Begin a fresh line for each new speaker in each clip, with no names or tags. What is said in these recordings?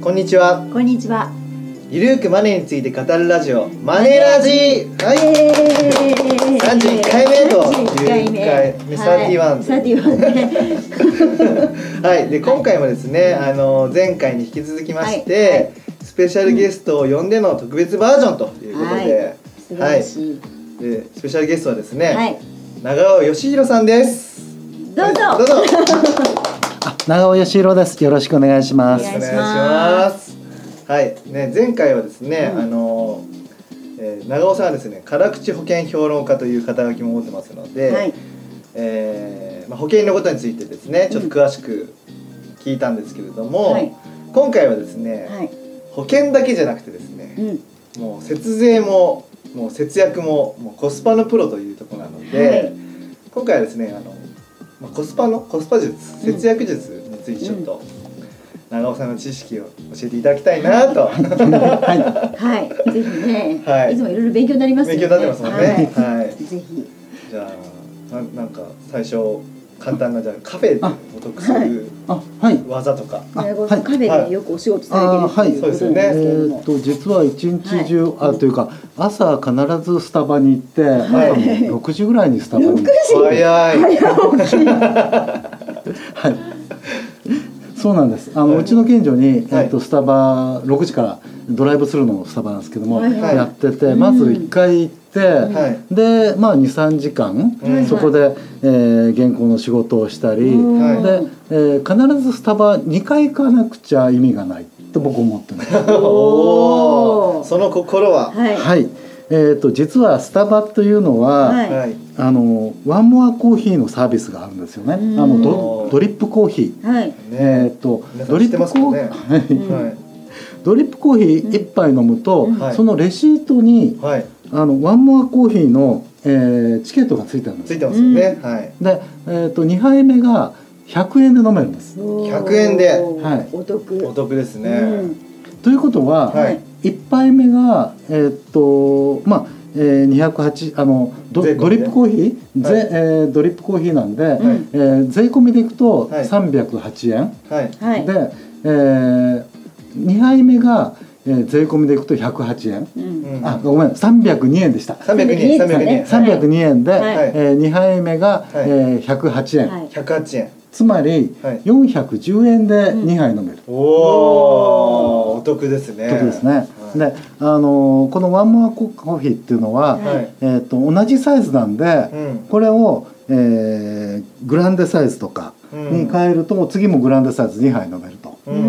こんにちは。
こんにちは。
ゆるーくマネーについて語るラジオ、マネラジー。はい。三
三
十一回目という
31回目。
回目31
サティワンね。
はい、で今回もですね、あの前回に引き続きまして、
はいはい
スペシャルゲストを呼んでの特別バージョンということで、
素晴らしい。
でスペシャルゲストはですね、
はい。
長尾義弘さんです。
どうぞ。
はいどうぞ。
長尾義郎です。よろしくお願いしま
よろ
す
し。
お
く
願
お願い
いし
しま
ま
す。はい、ね前回はですね、
うん
あの、えー長尾さんはですね、辛口保険評論家という肩書きも持ってますので、
はい。
えーまあ保険のことについてですね、ちょっと詳しく聞いたんですけれども、
はい
今回はですね、
はい。
保険だけじゃなくてですね
う、ん。
もう節税ももう節約ももうコスパのプロというところなので、
はい
今回はですねあの、まあ、コスパのコスパ術節約術についてちょっと、長尾さんの知識を教えていただきたいなと、
は
はい。ぜひね。
はい
いつもいろいろ勉強になりますよ
勉
ね。
強になってますもんね。はい、
はい。ぜひ。
じゃあななんか最初簡単なじゃあカフェでお得する
い。あ、はい。
技とか。
あ
長尾
は
さ
い
んカフェでよくお仕事さ
あは
れ
い
てるっていうことなん
え
で
っ、
すけれども。
と実は一日中、
はい
あというか朝必ずスタバに行って、
い
朝も六時ぐらいにスタバに行っ
六
て、
早い。
はい。そうなんです。あの、
はいう
ちの近所に、
はい
えっとスタバ六時からドライブスルーのスタバなんですけども、
はい
はい
やってて、
うん
まず一回行って、
はい。
でまあ二三時間、
うん
そこで、えー、原稿の仕事をしたり。
うん
はい
で、えー必ずスタバ2回行かなくちゃ意味がないと僕思ってます。は
お
おー
お。その心は。
はい。
い。えっ、と実はスタバというのは、
はい
はい。
あのワンモアコーヒーのサービスがあるんですよね。あ
うん
のドドリップコーヒー。
はい。
え
ね。
っ、と
皆さん
ドリップ
知って
コ
ま
ー
すか
ヒー、
うん
はい。
ドリップコーヒー一杯飲むと、
うん
はい
そのレシートに
はい。
あのワンモアコーヒーの、えーチケットがついてあるんで
つ
す
い
よ。
てますよね。はい。
で、えっ、と2杯目が100円で飲めるんです。
100円で
はい
お得。
お得ですね。
うん
ということは、
はい。
1杯目がえーっとまあ、えー、208あのド,、
税込みで
ドリップコーヒー、ぜ
はい
えードリップコーヒーなんで、
うん
えー税込みでいくと
はい
308円、
はい。
はい。
で、えー、2杯目が、えー税込みでいくと108円、
うん
うん
あごめん302円でした。
三百二、三
302
百
円
二、
三百
302円で、
はい
えー、2杯目が、
い
えー、108円、
はい。
百八円。
つまり
はい。
410円で2杯飲める、
おおー、お得ですね。
ということですね。
はい
で、あのーこのワンモアコーヒーっていうのは、
で
はい。
えー、と同じサイズなんで、
うん。
これを、えーグランデサイズとかに変えると、次もグランデサイズ2杯飲めると。
うんうんうん。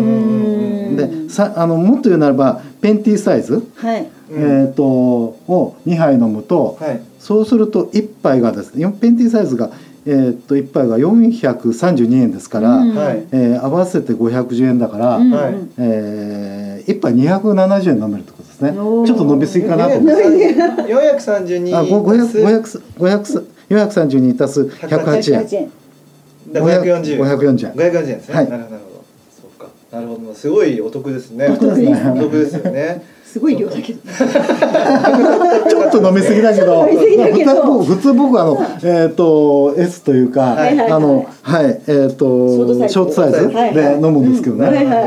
うん
でさあのもっと言うならばペンティーサイズ、
はい。
うん
えー、とを2杯飲むと、
はい。
そうすると1杯がですねよんペンティーサイズが、えー、と1杯が432円ですから、
うん
はい。
えー合わせて510円だから、
うん
はい
うん
えー、1杯270円飲めるってことですねち
お
ょ
ー
っと伸びすぎかなと思って。
四百三十二。
あ、五五百五百五百四百三十二足す百八円。
108円。
五百四十。
五百四十
五
円。
百四十円ですね。
はい
なるほど。なるほどそうか。なるほど。すごいお得です ね。
お得ですね
お得ですよね。
すごい量だけど。
ちょっと飲みすぎだけど。
飲みすぎだけど
僕普通僕あのえっと S というか
はい
はい
あのはいえっと
シ
シ
ョート
ョート
サ
サ
イ
イ
ズ
ズで飲むんですけど
は
ね。
いは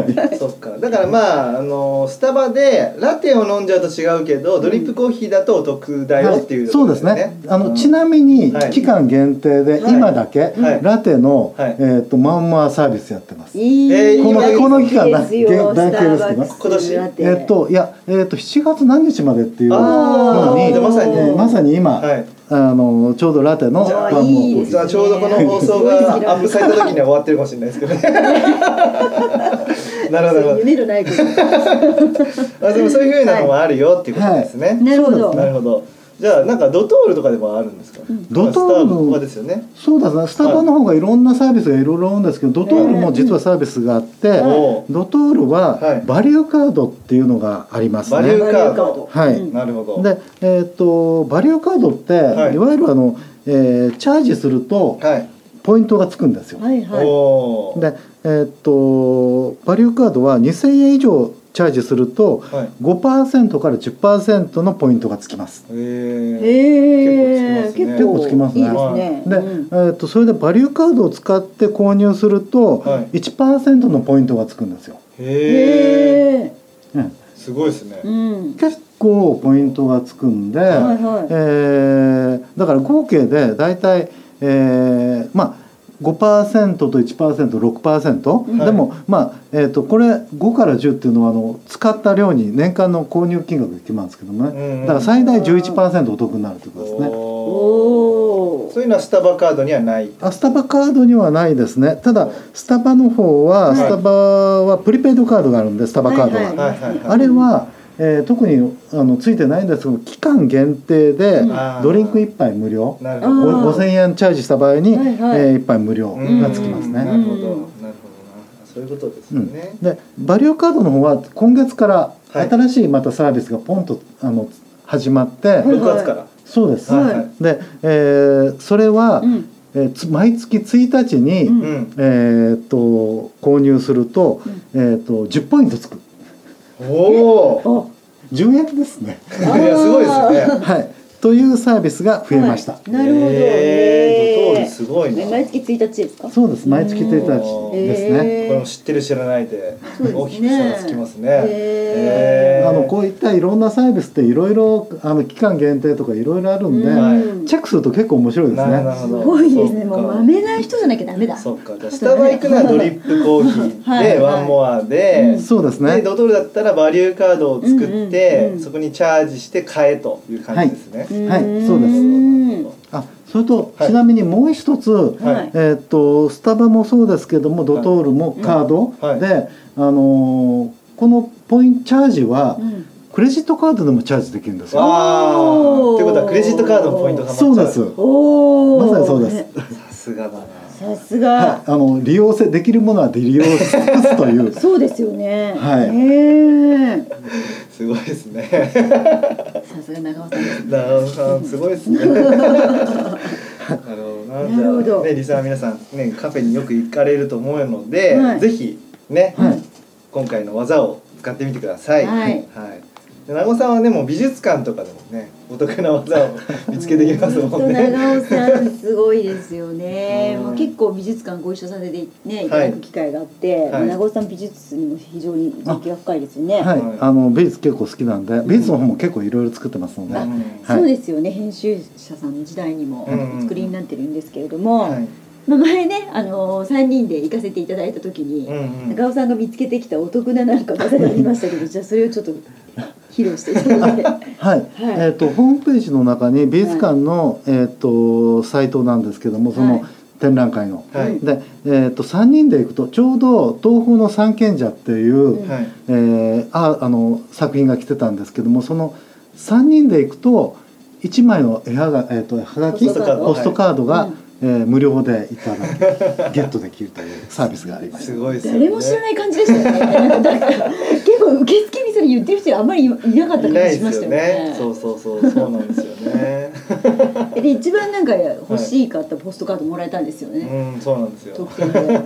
い。
そっかだからまああのスタバでラテを飲んじゃうと違うけどドリップコーヒーだとお得だよっていう、
そうですね。あのち
な
なみに
はい
期間限定で
はい
今だけ
はい
ラテの
はい
えっとマンマーサービスやってます。
いい
えー
この
今
この期間だ
ですよ。
限定ですけど。
今年
だて
えっ。といやえっと7月何日までっていう
あ
の
ー
に
じゃあまさに
えーまさに今
はい
あのちょうどラテの
じゃあ
ワンモアコーヒ
いいで
ー
す
じゃあちょうどこの放送がアップされた時には終わってるかもしれないですけどねなるほどなる
夢のないこと。
ほどあでもそういうふうなのもあるよっていうことですね、
なるほど。
なるほどじゃあなんかドトールとかでもあるんですか、
ドトール
スタバですよね
そうですねスタバの方がいろんなサービスがいろいろあるんですけどドトールも実はサービスがあって、
おう
ドトール
はい
はバリューカードっていうのがあります
バリュー
ね。
カード
はい
うん
なるほど
で、えっとバリューカードって、
はい
い、わゆるあの、えーチャージすると
はい、
ポイントがつくんですよ。
はいはい。
おー
で、えっとバリューカードは2,000円以上チャージすると
はい
5%から10%のポイントがつきます。
えー
へえ。
結構
つきますね
いいですね。
で、
うん
えー、とそれでバリューカードを使って購入すると、
は
1%のポイントがつくんですよ。
へえ
へえ。
うん
すごいですね
うん。
結構ポイントがつくんで、
はいはい
えーだから合計で大体、えーまあ5%と 1%6%、
うん
でも、まあえー、とこれ5から10っていうのはあの使った量に年間の購入金額が決まるんですけどもね、
うんうん
だから最大11%お得になるということですね。
お
お
ー
お
そ。ういうのはスタバカードにはない
あスタバカードにはないですねただスタバの方は、
はい
スタバはプリペイドカードがあるんでスタバカードが、
はいはい
はいはい
あれは、えー特にあのついてないんですけど期間限定で
うん
あー
ドリンク1杯無料
なる
あ
ほ
ー
ど
ご5000円チャージした場合に、
はいはい
え1杯無料
うん
がつきます
な
ね、
るほどなるほど
うん
なそういうことですよね
でバリューカードの方は今月から
はい
新しいまたサービスがポンとあの始まって、
い
6月から
そうです、
はい
で、えーそれは、
うん。
えーつ毎月1日に、
うん
うん
えーっと購入すると,、
うん
えーっと10ポイントつく
おお
あ、
10円です ね
いやすごいですね
はいというサービスが増えました、
はいなるほど。
えードトールすごいな
ね毎月1日ですか。
そうです毎月1
お
日
ー
ですね、
これも知ってる知らないで
そうですね
大きく差がつきますね
へ
へー
あのこういったいろんなサービスっていろいろあの期間限定とかいろいろあるんで、
はい
うん
チェックすると結構面白いです
なる
ね
ほ
す
ど
ごいですね。
そっ
も
か
うまめな人じゃなきゃダメだ。
そっかじゃあスタバ行くならドリップコーヒーで
はいはい
ワンモア
う
で
ん
そうです
で
ね
ドトールだったらバリューカードを作って、
うんうんうん
そこにチャージして買えという感じですね。
うん
はいそうです
ん
あそれと、
はい
ちなみにもう一つ、
はい
はい。
えーっとスタバもそうですけどもドトールもカード
はい
で、あのーこのポイントチャージは
うん
クレジットカードでもチャージできるんですよ。
ああ、
おー
ということはクレジットカードのポイントがまっちゃ
そうです。は
おお。
まさにそうです
ね。
さすがだな。
さす
い
が。、
あの利用せできるものは利用し尽くすという。
そうですよね。
はい
へえ。
すごいですね。
さすが長尾さんです。
長尾さんすごい ですね。なるほどな。
なるほど
じゃあね、リスナーの皆さんね、カフェによく行かれると思うので、
はい
ぜひね、
はい
今回の技を使ってみてください。
はい
で長尾さんはね、もう美術館とかでもね、お得な技 を見つけてきますもんね。
長尾さんすごいですよね。
うん
もう結構美術館ご一緒させてねいただく機会があって、
はい
長尾さん美術にも非常に人気が深いですよね。
はい
はい、
あの美術結構好きなんで、美術の方も結構いろいろ作ってますの
う
で。
ん
はい
そうですよね編集者さんの時代にも
うん
お作りになってるんですけれども、
はい
まあ前ねあの3人で行かせていただいた時に、
うんうん
長尾さんが見つけてきたお得ななんか技がありました けどじゃあそれをちょっと披露していただいて。
はい、えっ、とホームページの中に美術館の、えっ、とサイトなんですけども、そ
はい
の展覧会の。
はい
で、えー、と3人で行くとちょうど東宝の「三賢者」っていう、
うん
はい。
えーああの作品が来てたんですけどもその3人で行くと1枚の絵はが,、えー、とはがき
ポストカード
ポストカード
う
が
ん、
えー無料でいただくゲットできるというサービスがありまし
すごいですよね。
誰も知らない感じでしたよね。なんかだから 結構受付にそれ言ってる人あんまりいなかった
い
気
な
が
い
し
で
まし
す
た
よ
よ
ね
ね。。
そうそうそう、そうなんですよね。
で一番なんか欲しいかったポストカードもらえたんですよね。
うん、そうなんですよ
特。典で。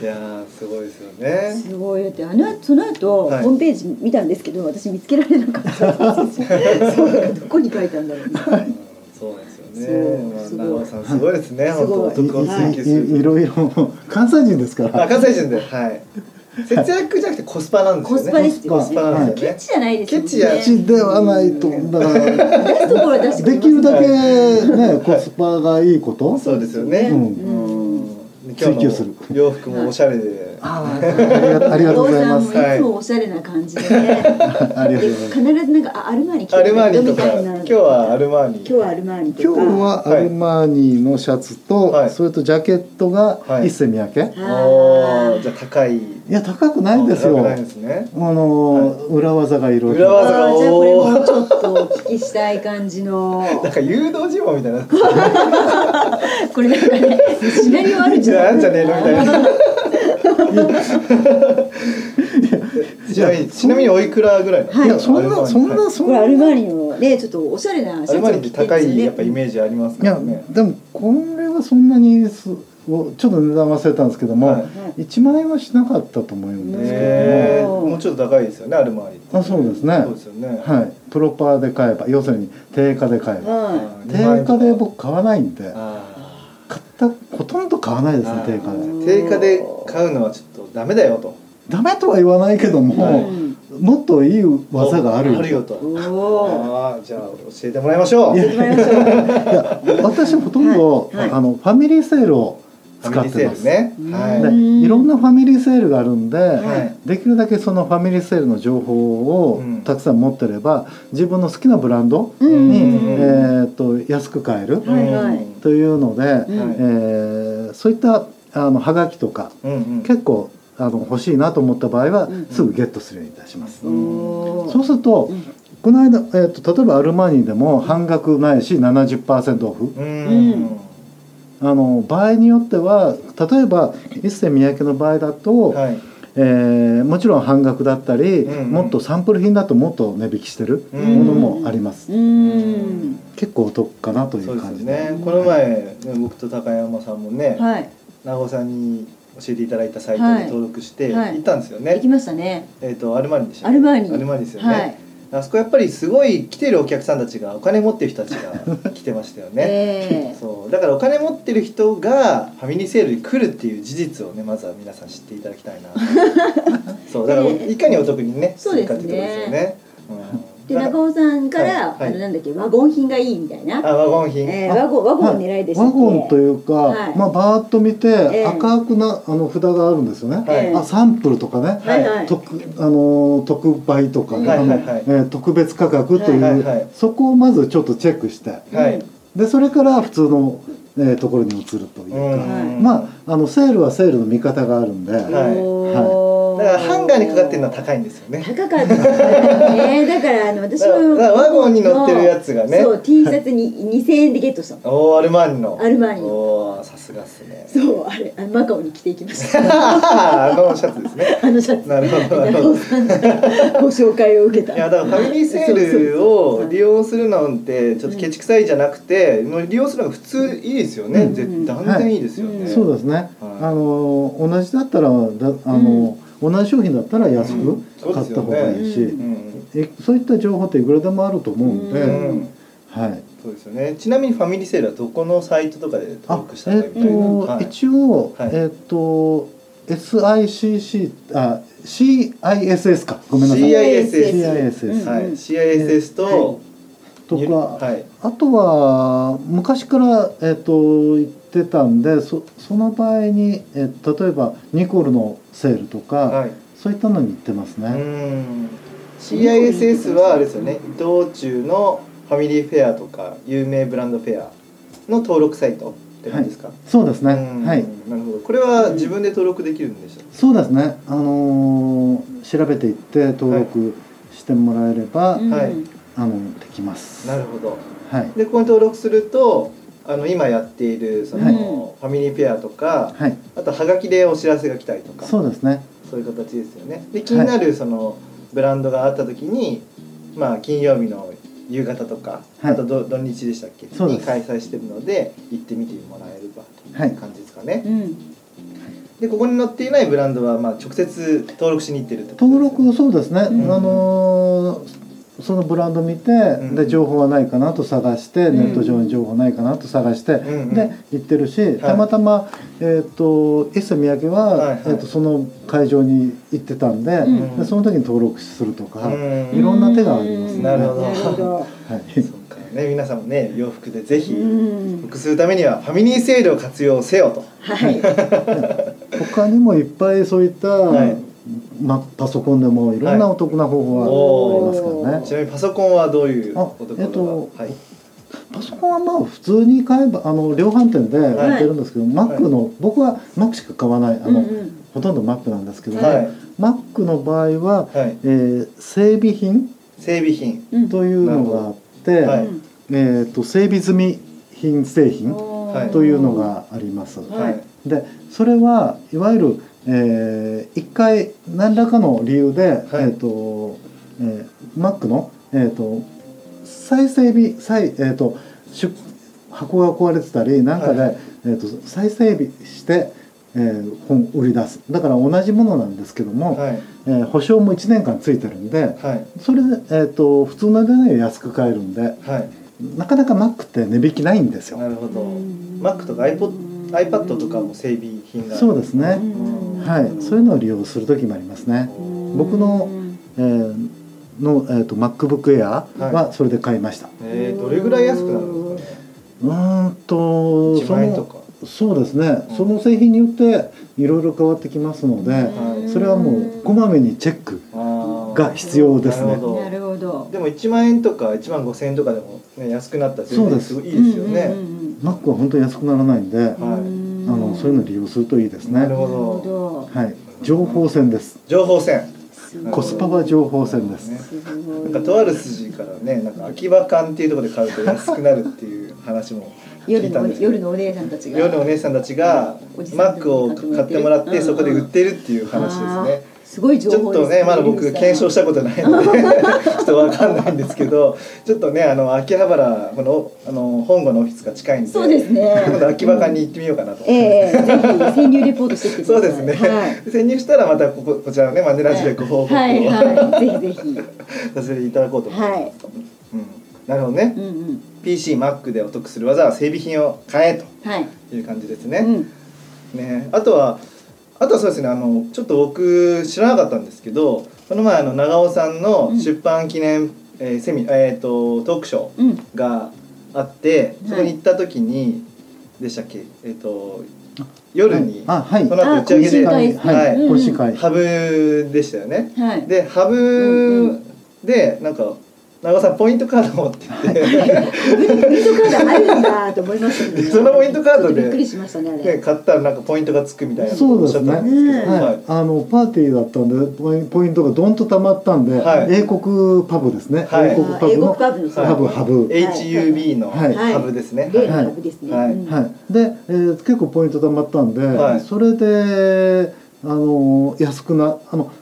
いやー、すごいですよね。
すごいだってあのその後、
はい
ホームページ見たんですけど私見つけられなかったん ですよそうだからどこに書いてあるんだろうな。
うんそうなんです
そ
よ
う
ね。まあ、長尾さん、すごいですね。
す
本
ごい
当、
たい
得を追求す
いいい
る。
ろいろ関西人ですか
あ、
ら
関西人で、はい。節約じゃなくて、コスパなんです
コ
よ
スパで
ね。
すよね。
コスパなんですよね
ケチじゃないですよね。
ケチや
うちではないとだから
出すところは出して
できるだけねコスパがいいこと
そうですよね。
う
うん
ん。
今日
追求する
の洋服もおしゃれで。
あーありがありがとうございます
お父さんもいつもおしゃれな感じでね。
ありがとうございます
必ずなんかあアルマーニ着て
アルマーニと
み
か、
たいな
今日はアルマー
今
ニ
日。はアルマーニと
今
か
日はアルマーニのシャツと、
はい
それとジャケットが
はい
一世三宅、い、
お
あ
お、じゃ、あ高い。
や高くないんですよ
高く
あ
ないですね。
のー、裏技がいろい
裏
ろ
技
あーじゃあこれもちょっとお聞きしたい感じの
なんか誘導尋問みたいな。
これなんかねシナリオあるんじゃない
なんじゃねえのみたい な。ちなみに、ちなみにおいくらぐらいなの。
はい
いやそんなそんなそ
こ
ん
れ
な
ア
い
ルマーニのねちょっとおしゃれな
ア
シ
ル
ャツ
マー
を
ニ
着
って
て
高
るん
い
で
やっ
す
ぱ
よ
イ
ね。
メージありますから
や
ね。
でもこれはそんなにすおちょっと値段忘れたんですけども、
はい
1万円はしなかったと思うんです
ね
け
え、もうちょっと高いですよね、アルマーニって。
あそうですね
そうですよね。
ども、はい、プロパーで買えば要するに定価で買えば
は
あー
定価で。僕買わないんで
あ
買ったほとんど買わないですね
あ
定
ー
価で
定価で買うのはちょっとダメだよと
ダメとは言わないけども、
はい
うん
もっといい技があるよ
あるよ
い
と
おお。
ああじゃあ教えてもらいましょう
いや
行きましょう。
や私ほとんど、
はいはい
あのファミリーセールを使
ファ
っ
ミリーセ
て
ー
ま
ル
す、
ねは
で
う
い
ん
いろんなファミリーセールがあるんで、
い
できるだけそのファミリーセールの情報を
うん
たくさん持ってれば、自分の好きなブランド
う
に、
うん
えー、と安く買える
はいはい
うん
というので、
うん
はい
えーそういったあのハガキとか
うんうん
結構あの欲しいなと思った場合は、
うん
すぐゲットするようにいたします。
おお。
そうすると、
うん
この間、えー、と例えばアルマーニでも半額ないし70%オフ
うん
あの場合によっては例えば一世三宅の場合だと、
はい
えーもちろん半額だったり、
うんうん
もっとサンプル品だともっと値引きしてる
うん
ものもあります、
うーん。
結構お得かなとい
そううですよ
感じで
ねこの前ね僕と高山さんもね
はい。
名護さんに教えていただいたサイト
は
に
い
登録して
はい
行ったんですよ
行き
ね
ましたね。
えっとアルマーニでした
ア
っ
ル
け
マーニ。
アルマーニですよ
は
ね
い。
あそこやっぱりすごい来てるお客さんたちがお金持ってる人たちが来てましたよね
ええ。
そうだからお金持ってる人がファミリーセールに来るっていう事実をねまずは皆さん知っていただき たいなそうだから
ね
いかにお得にね
そうです
か
ね
っていうところですよね、うん、
で
なんか
中尾さんか
は
ら
いはい
あれなんだっけワゴン品がいいみたいな。
あワゴン品、
えーワゴンワゴンを狙いでした
ワ
っけ。
ゴンというか、
はい
まあ、バーッと見て、
え
赤くなあの札があるんですよね、
はい
ええ
あサンプルとかね、
はいはい。
特あのー特売とかね、
はいはい
あの
はい
えー特別価格という、
はいはいはい
そこをまずちょっとチェックして
はい、
でそれから普通の、えーところに移るというか、
うん
まああのセールはセールの見方があるんで、
いはい
おー
だからハンガーにかかってるのは高いんですよね
高かったです ね。だからあの私
だから
も
だからワゴンに乗ってるやつがね
そう T シャツに2000円でゲットしたの。
おーアルマーニの
アルマーニの
おーさすがっす ね
そうあれあマカオに着ていきました。
あのシャツですね
あのシャツ。
なるほどなる
中
ほ
尾
ど
さんからご紹介を受けた。
いやだからファミリーセールを利用するなんてちょっとケチくさいじゃなくて、もう利用するのが普通いいですよね、
うん
絶断然いいですよね、
はい
そうですね、
はい
あのー同じだったらだあのー、同じ商品だったら安
う
く
んそうで
買っ
す
た
よ
方
ね
がいい
う
し、
うん
えそういった情報っていくらでもあると思うんで、
う
うん
ん、
はい。
そうですよねちなみにファミリーセールはどこのサイトとかで
あ
登
え
録したのかみ
ったと、
いな、はい、
一応、
はい
えっと SICC あ CISS かごめんなさい
CIS
CISS
うん
はい CISS と、
とか、
はい
あとは昔から、えっと言ってたんでそその場合に、え例えばニコルのセールとか、
はい、
そういったのに行ってますね、
うん CISS はあれですよね伊藤忠のファミリーフェアとか有名ブランドフェアの登録サイトって感じですか、
そうですね、
うん
はい
なるほどこれは自分で登録できるんでしたっ
そうですねあのー調べていって登録してもらえれば、
うん
はい
あのできます
けなるほど
はい
でここに登録するとあの今やっているその、ファミリーペアとか
はい
あとはがきでお知らせが来たりとか
そうですね
そういう形ですよねで気になるその、ブランドがあった時にまあ金曜日の夕方とか、
はい
あとど土日でしたっけ
そうで
に
す
開催してるので行ってみてもらえればとい
はいう
感じですかね、
うん。
でここに載っていないブランドはまあ直接登録しに行ってるってこと
登
ですよね
録そうですね、
ん
あのーそのブランド見て、
ん
で情報はないかなと探して、
ん
ネット上に情報ないかなと探して、
んうん
で行ってるし、
い
たまたま、えっと一世三宅は、
はいはい
えっとその会場に行ってたんで,、
うん
でその時に登録するとか、
うん
いろんな手がありますね
なるほど
なるほど。
は
そ
い
うかね皆さんもね 洋服でぜひ
うん。
服するためにはファミリーセールを活用せよと
はい。
他にもいっぱいそういった、
はい
ま、パソコンでもいろんなお得な方法はありますからね、
ちなみにパソコンはどういう
あ
男
えっと
はい
パソコンはまあ普通に買えばあの量販店で売ってるんですけど、
い
Mac の僕は Mac しか買わないあ
うん
の、
うん。
ほとんど Mac なんですけど、
はい、
Mac の場合
は
は、
い、
えー整備品
整備品
うん。
というのがあって、
なるほどはい
うん
えー、と整備済み品製品
はい
というの。があります。
はい
でそれはいわゆる、えー一回何らかの理由で、えーとえー Mac の、えー、と再整備再、えー、と出箱が壊れてたりなんかで、
はい
えー、と再整備して、えー本売り出すだから同じものなんですけども、
はい
えー保証も1年間ついてるんで
はい
それで、えー、と普通の値段より安く買えるんで
はい
なかなか Mac って値引きないんですよ
なるほど Mac とか iPod iPad とかも整備品が
そうですね
うん
はいそういうのを利用する時もありますね、僕のえーの、えー、と MacBook Air
は
はそれで買いました、
えー、どれぐらい安くなるんですかね
うーんと
1万円とか
そのそうですね、
うん
その製品によっていろいろ変わってきますので、
はい
それはもうこまめにチェック
あー
が必要です
な
ね
るほど
なるほど
でも1万円とか1万5千円とかでも、ね、安くなったら全
そう
然
です
すごいいいですよね、
うんうんうん
Mac は本当に安くならないんで、
い
あのそういうの利用するといいですね
なるほ
なるほど
はい情報戦です
情報戦
すごい
コスパは情報戦です、
ね
すご
ないんかとある筋からねなんか秋葉館っていうところで買うと安くなるっていう話も聞
夜
いたん
のお
ですけど
夜のお姉さんたちが
夜のお姉さんたちが
おじさん
マックを買ってもらってそこで売ってるっていう話ですね
あーすごい
ち
情
ょ
報
っとねまだ僕検証し
し
たことないので ちょっとわかんないんですけどちょっとねあの秋葉原このあの本郷のオフィスが近いんで
そうですね
今度秋葉館に行ってみようかなと
ええぜひ潜入レポートしてきてく
そ
だ
う
さ
で
い
すね、
はい
潜入したらまたこここちらのねマネラジでご報告を、
はいはいはいぜひぜひ
させていただこうと思います、
はい
うん、なるほどね
うんうん
PCMac でお得する技は整備品を買え
はい
という感じです
う
ね,、
ん
ねあとはあとはそうですねあのちょっと僕知らなかったんですけどこの前あの長尾さんの出版記念、えーセミえー、とトークショ
うん
ーがあって
はい
そこに行った時に、でしたっけえっ、と夜に、
あはい
この後打ち上げで
あ懇親会
はい
うん
懇親会
ハブでしたよね
はい
でハ
うんう
ブでなんか長尾さんポイントカード持ってって、
ポイントカードあるんだと思いましたけど、ね、
そのポイントカードで
ちょっとびっくりしましたねあれ
ね、買ったらなんかポイントがつくみたいなこと
そう
をお
で
っし
す
ゃっ
ね
たんですけど、
は
はい
い、あのパーティーだったんでポイポイントがどんと溜まったんで、
はい
英国パブですね、
はい
英
あ
国
ー
パブ
英
の
国パブのそう
ハブハブ、
い
HUB の
はい
ハブですね、
例
は
の
い
ハブですね、
はい
うん
はい、で、えー結構ポイント貯まったんで、
はい
それで、あのー安くなあの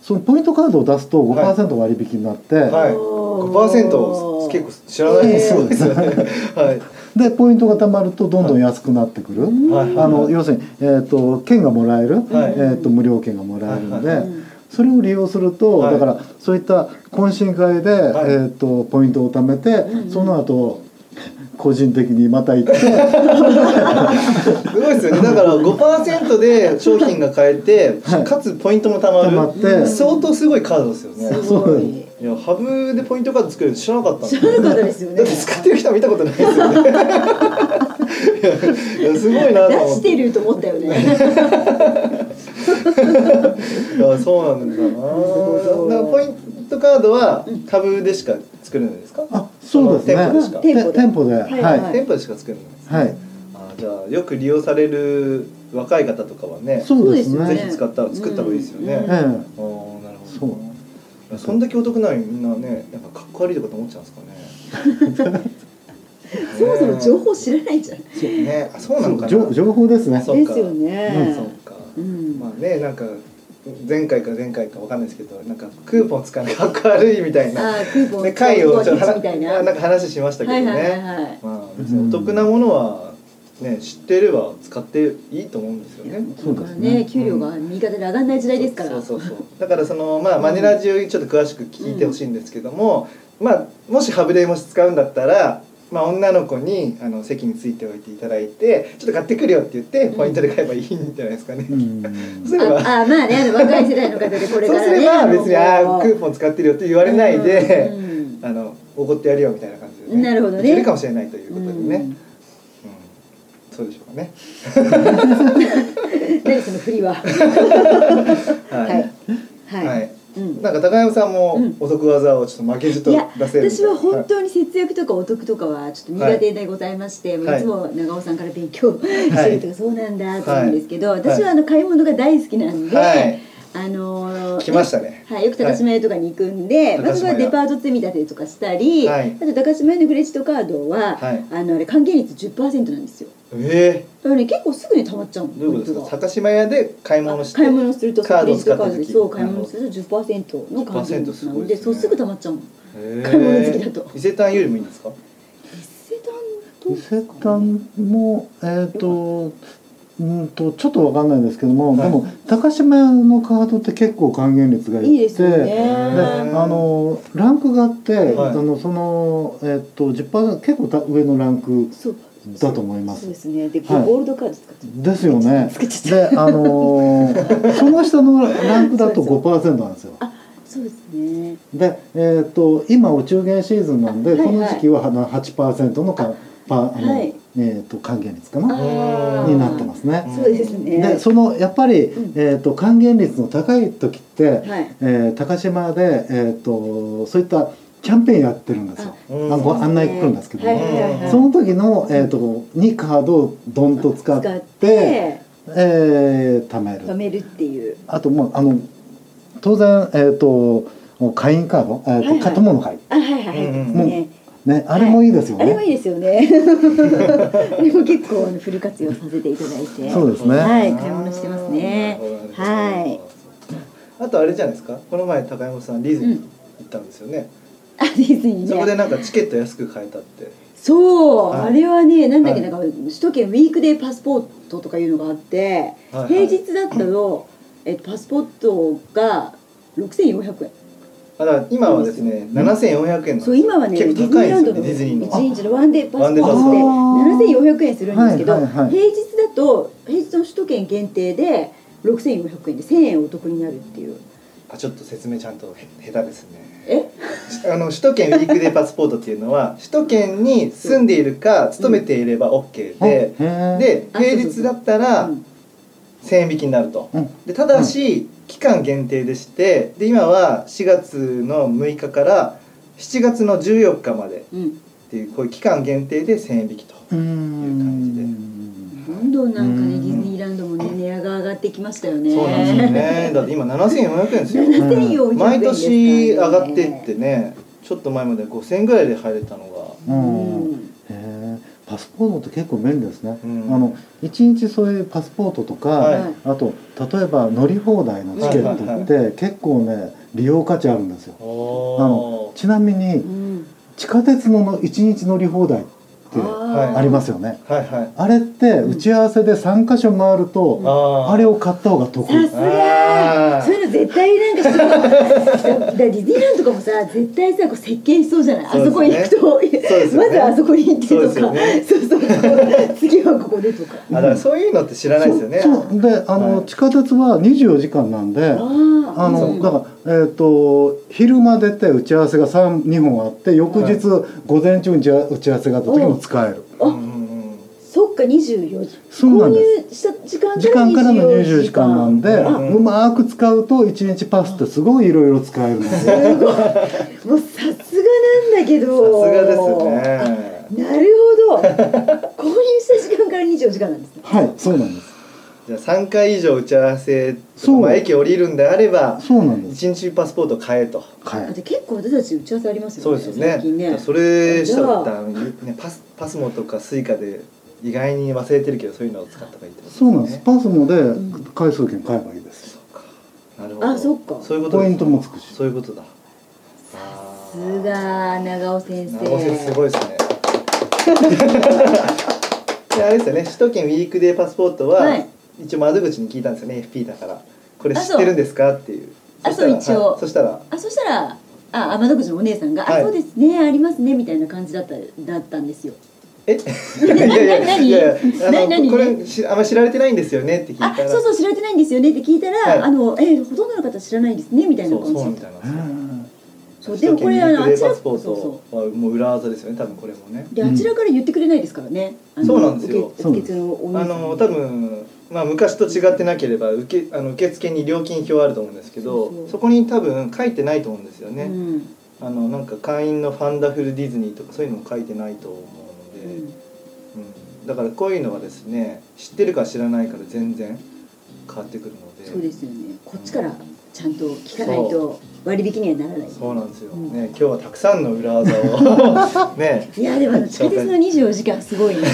そのポイントカードを出すと
はい
5%割引になって、
はい
お
5%
ー
結構知らないです
そうです
よね、はい
でポイントが貯まるとどんどん安くなってくる、
はい
あの要するに、えー、と券がもらえる、
はい
えー、と無料券がもらえるので、
はい
うん
それを利用すると、
はい
だからそういった懇親会で、
はい
えー、とポイントを貯めて、
んうん
その後個人的にまた行って
すごいですよねだから5%で商品が買えて、
はい
かつポイントもたま
貯
る
まって
相当すごいカードですよね
すごい
いやハブでポイントカード作れるの知らなかったんで
知らなかったですよ
だ
ね
って使ってる人見たことないですよね。いやいやすごいな
出
と思っ。
しててると思ったよね
いやそうなんだ
ほど
な。だからポイントカードはタブでしか作れないんですか？
あそうですね
店舗ですか
て
店舗で
店舗では
はいい
はい、
店舗でしか作れないんです。
はい
あじゃあよく利用される若い方とかはね、ぜ
そうです
そうです
ね
よ
ひ使ったら作った方がいいですよね。
うん
ああなる
え
ほど。
そう
いやそんだけお得なのにみんなね、なんかかっこ悪いとかと思っちゃうんですかね。
そもそも情報知らないじゃん
ねね、あそうなのか
え
な。
情情報ですね
そうか
ですよね
そうか。
うん
まあねなんか前回か前回かわかんないですけどなんかクーポン使うのかっこ悪いみたいな
あークーポン
で回をちょっと
は
話
みたいな
あなんか話しましたけどね、
はいはいはいはい
まあ別にお得なものはね知ってれば使っていいと思うんですよね。
そうですね
まあ給料が右肩で上がらない時代ですから、
そうそうそうだからそのまあマネラジオよりちょっと詳しく聞いてほしいんですけども、まあもしハブレもし使うんだったら。まあ、女の子にあの席についておいていただいてちょっと買ってくるよって言ってポイントで買えばいいんじゃないですかね。
うん
そういえば
ああまあねあの若い世代の方でこれ
そ
か
う
ら
す
ね
れば別に「あ
の
あクーポン使ってるよ」って言われないで
うん
あの怒ってやるよみたいな感じで、
なるほどね
いけるかもしれないということでね、
う
うん
ん
そうでしょうかね
何その振りは
は
はい
は、
はいい、うん
なんか高山さんも
うん
お得技をちょっと負けじと
い
出
や
せる
私は本
に
当に節約とかお得とかはちょっと苦手でございまして、もうい、つも長尾さんから勉強してるとかそうなんだと思うんですけど、
い
私はあの買い物が大好きなんで、
はい
あのー
来ましたね
はい、よく高島屋とかに行くん
は
で、
い
まずはデパート積み立てとかしたり、
はい
あと高島屋のクレジットカードは、
はい
あのあれ還元率10%なんですよ
え
だからね結構すぐに溜まっちゃうの
えどういうことで
ポイン
すか
トが
高島屋で買い物して
買い物すると
カード
クレ
を
ジッ
使
ト
った
カー
時
ドでそう買い物すると10%の還元率な
10%すご
の
い
で
です
そ
ね
うすぐ溜まっちゃうの
へえ
買い物好きだと
伊勢丹よりもいいんですか
伊勢丹と
伊勢丹もえっ、とうんとちょっとわかんないんですけど
はい
も、でも高島屋のカードって結構還元率がいい
いいですよ
で
ね。
あのランクがあって、
はい
あのそのえっと10%結構た上のランク
そう
だと思いま
そう
す
で。すね。で、
はい
ゴールドカード使って
ですよね。
作っちゃ
で、あ のーその下のランクだと5%なんですよ。
そうですね。
で、えっと今お中元シーズンなんで、
はいはい
この時期はあの8%のかパあの、
はい
えっと還元率かな
あー
になってますね。
そうですね。
で、そのやっぱり、
うん
えっと還元率の高い時って、
はい。
えー高島で、えー、とそういったキャンペーンやってるんですよ。
うん
あご案内来るんですけど
は
ね
いはいはいはい。
その時の、えー、とにカードをドンと使ってえー貯め
貯
る
めるっていう。
あともうあの当然、えー、と会員カード、えーと
はいはい
買ったもの会、
あ、はいはいはい。
うん
うん
ね
ね、あれもいいですよ
あ
ね、
れはいいですよ ね。あれも結構あのフル活用させていただいて。
そうですね
はい買い物してますねはい
あとあれじゃないですかこの前高山さんディズニー行ったんですよね、
あ、ディズニ
そ
ー
こで
ね。
なんかチケット安く買えたって
そう、
はい
あれはね、なんだっけ、
は
ないんか首都圏ウィークデーパスポートとかいうのがあって。
はいはい
平日だったと、えっと、パスポートが6400円。
あだから今はですね7400円の
そう今はねディ
結
ズ
構
ニ
高い
ー
ですよ
ランドの
ねディズニー
1
の
日のワンデーパスポー
ワ
ンデー
トで7400円するんですけど、
はいはいはい
平日だと平日の首都圏限定で6400円で1000円お得になるっていう
あちょっと説明ちゃんとへ下手ですね
え
あの首都圏ウィークデーパスポートっていうの は首都圏に住んでいるか勤めていれば OK で、
あへー
で
あそうそう
平日だったら
うん
1,000円引きになると、
うん
でただし、期間限定でしてで今は4月の6日から7月の14日まで
うん
っていうこういう期間限定で1,000円引きと、
うー
いうん
どんどんなんかねデ
うん
ィズニーランドもね値上が上がってきましたよね
そうなんですよねだって今7400円ですよ
7400円
毎
ですからね
年上がってってねちょっと前まで5,000円ぐらいで入れたのが。
うん
へーパスポートって結構便利ですね、
うん
あの一日そういうパスポートとか、
はい
あと例えば乗り放題のチケットって結構ね利用価値あるんですよあの
お
ちなみ
う
に
ん
地下鉄のの一日乗り放題って
ー
ありますよね
はいはい
あれって打ち合わせで3箇所回
あ
ると
ー
あれを買った方が得
さす
あ
が
ー
そういうの絶対なんかしだディズニーランドとかもさ絶対さこう設計しそうじゃない、あそこに行くと
ですね
まずあそこに行ってとか
そうです
そうそう次はここでとか
あだからそういうのって知らないですよね
そうそうであの、
はい
地下鉄は24時間なんで
あ
あ
う
の
ん
だから、えっと昼間出て打ち合わせが2本あって翌日午前中にじゃ打ち合わせがあった時も使える
あ
うんうんうん
そっか24時
そうなんです
購入した時間
時
から
間からの
24
24
時
時
間
間なんで
あ
うまく使うと1日パスってすごいいろいろ使えるんですよ
すごいもうさすがなんだけ
さ
ど
すがですね
なるほど 購入した時間から24時間なんですね
はいそうなんです
じゃあ3回以上打ち合わせ
そう
まあ駅降りるんであれば
そうなんです
1日パスポート買えと
は
だっ
い
て結構私たち打ち合わせあります
そう
よ
で
ね
すよね
最近ね
それしたらねパスパスモとかスイカで意外に忘れてるけどそういうのを使った方がいいってことです
そ
ね
うなんですパスモで
ん
回数券買えばいいです
そうかなるほど
あそっか
そういうこと
ポ
です
イ
ね
ントもつくし
そういうことだ
さすが長尾先生。
長尾先生すごいです ね。であれですよね、首都圏ウィークデーパスポートは、
はい
一応窓口に聞いたんですよね、FP だから。これ知ってるんですかっていう。
あ
した
そう
ら
一応
はいそしたら、
あそしたらあ天口のお姉さんが、
はい
あそうですねありますねみたいな感じだっただったんですよ。
え、いやいやいやいやあ
な
の
何
これしあんま知られてないんですよねって聞いた
あ
ら、
そうそう知られてないんですよねって聞いたら、
はい
あのえほとんどの方知らないですねみたい
そ
な
う
感じ
そう
だっ
み
た
たいな。
うん
そうでもこれあ
首
の
都圏ウィークデー
あちら
パスポ
そうそ
ートはもう裏技ですよね、多分これもね。
うであちらから言ってくれないですからね。あの
そうなんですよ
受付受付のお姉
あ
さんに。
の多分、まあ、昔と違ってなければ受けあの受付に料金表あると思うんですけど
そ
そう
そう
こに多分書いてないと思うんですよね、
うん
あのなんか会員のファンダフルディズニーとかそういうのも書いてないと思うので、うんだからこういうのはですね知ってるか知らないかで全然変わってくるので
そうですよねこっちからちゃんと聞かないと割引にはならない。
そうなんですよ、
うん
ね今日はたくさんの裏技を ね
いやでもあの地下鉄の24時間すごい ね。でし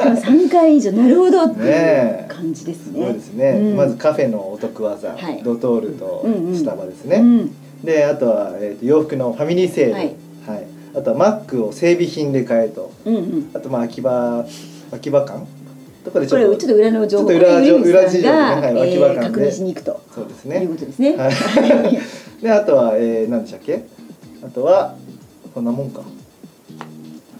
かも3回以上なるほどって
ね
いう
え
感じです
す
ね。
ごいですね、
うん
まずカフェのお得技、
はい
ドトールと
うんうん
スタバですね、
うん
であとは、えー、と洋服のファミリーセール、
は
はいいあとはマックを整備品で買えと
うんうん。
あとまあ秋葉秋葉館とこでち
これ
ょっ
ちょ
と
っと裏の情報
ちょっと裏情
これ
裏
上
事
水
情
さん
ね
が、
はい
え
脇
ー
腹
確認しに行くと
そうです
い
ね
うことですね。
はい であとは、えー、何でしたっけあとはこんなもんか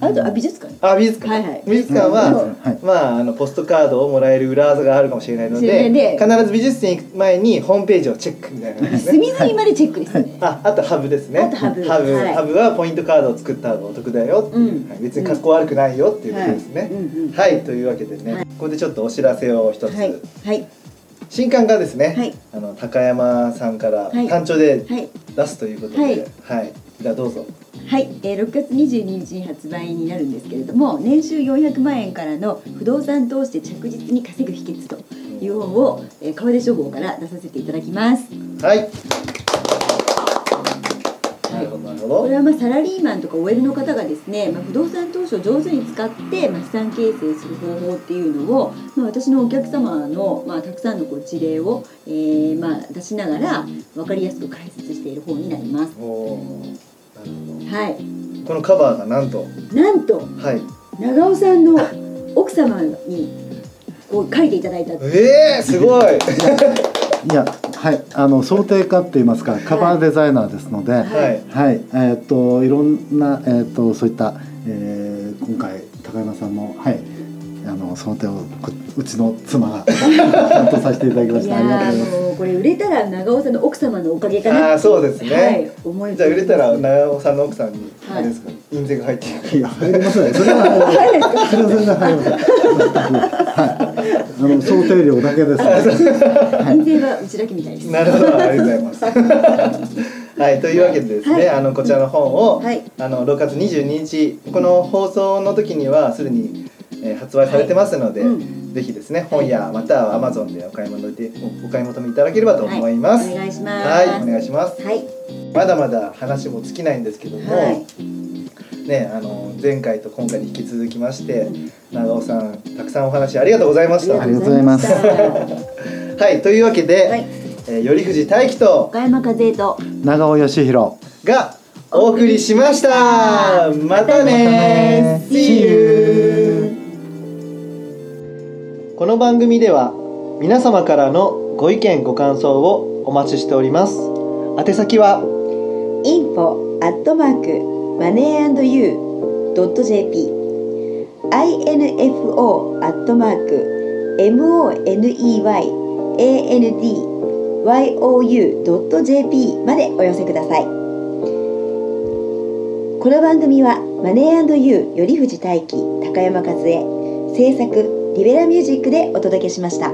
あとあ美術館。
あ美術館、
はいはい
美術館は、
そう
はい
まあ、あのポストカードをもらえる裏技があるかもしれないの
それ
で
で
必ず美術展行く前にホームページをチェックみたいなのですね
隅々までチェックですね。
ああとハブですね
あとハブ
ハブ,、
はい
ハブはポイントカードを作った方がお得だよっていう、
うん
はい別に格好悪くないよっていうことですね
うんうん
はい、というわけでね、
はい
ここでちょっとお知らせを一つ、
はいはい
新刊がですね、
はい
あの高山さんから
はい
単調で
はい
出すということで、は
はいい
じゃあどうぞ
はい、えー6月22日に発売になるんですけれども年収400万円からの不動産投資で着実に稼ぐ秘訣という本を、えー、川出書房から出させていただきます
はい、
い
なるほどなるほ
これ
ど
はまあサラリーマンとか OL の方がですね、まあ、不動産投資を上手に使って、まあ、資産形成する方法っていうのを、まあ、私のお客様の、まあ、たくさんのこう事例を、えーまあ、出しながら分かりやすく解説している本になります。
おーなるほ
はい、
どこのカバーがなんと
なんと
はい
長尾さんの奥様にこう書いていただいた
えー、すご い
いやはいあの想定家っていいますかカバーデザイナーですので、はい
はい
えーっといろんな、えーっとそういった、えー今回高山さんのはいあの想定をこうちの妻が担当させていただきまし
い
た
や
ありがとうござ
ー
います
もうこれ売れたら長尾さんの奥様のおかげか
あ
な
あそうですね、
はい思い
じゃあ売れたら
な
長尾さんの奥さんに、
はい
あれですか印税が入ってくる
いや入りませんそれは入りませんそれは全然入りませんはいあの想定料だけです、
印税はうちだけみたいです。
なるほど、ありがとうございます。はい、というわけでですね、
はい
あのこちらの本を、
はい
あの6月22日この放送の時にはすでに、えー発売されてますので、
はいうん
ぜひですね本やまたは Amazon でお買い求めおお買い求めいただければと思います。
はい、お願いします。
はい、お願いします。
はい、
まだまだ話も尽きないんですけども、
はい
ねあの前回と今回に引き続きまして長尾さんたくさんお話ありがとうございました。
ありがとうございます
は
はい、というわけで、
い、
えー、頼藤大樹と
岡山和恵と。
長尾義弘
がお送りしましたまたね
またね
See you この番組では皆様からのご意見ご感想をお待ちしております宛先は
info アットマークマネー &you ドット jp info アットマーク moneyandyou ドット jp までお寄せくださいこの番組はマネー &you より藤大輝高山和恵制作リベラミュージックでお届けしました。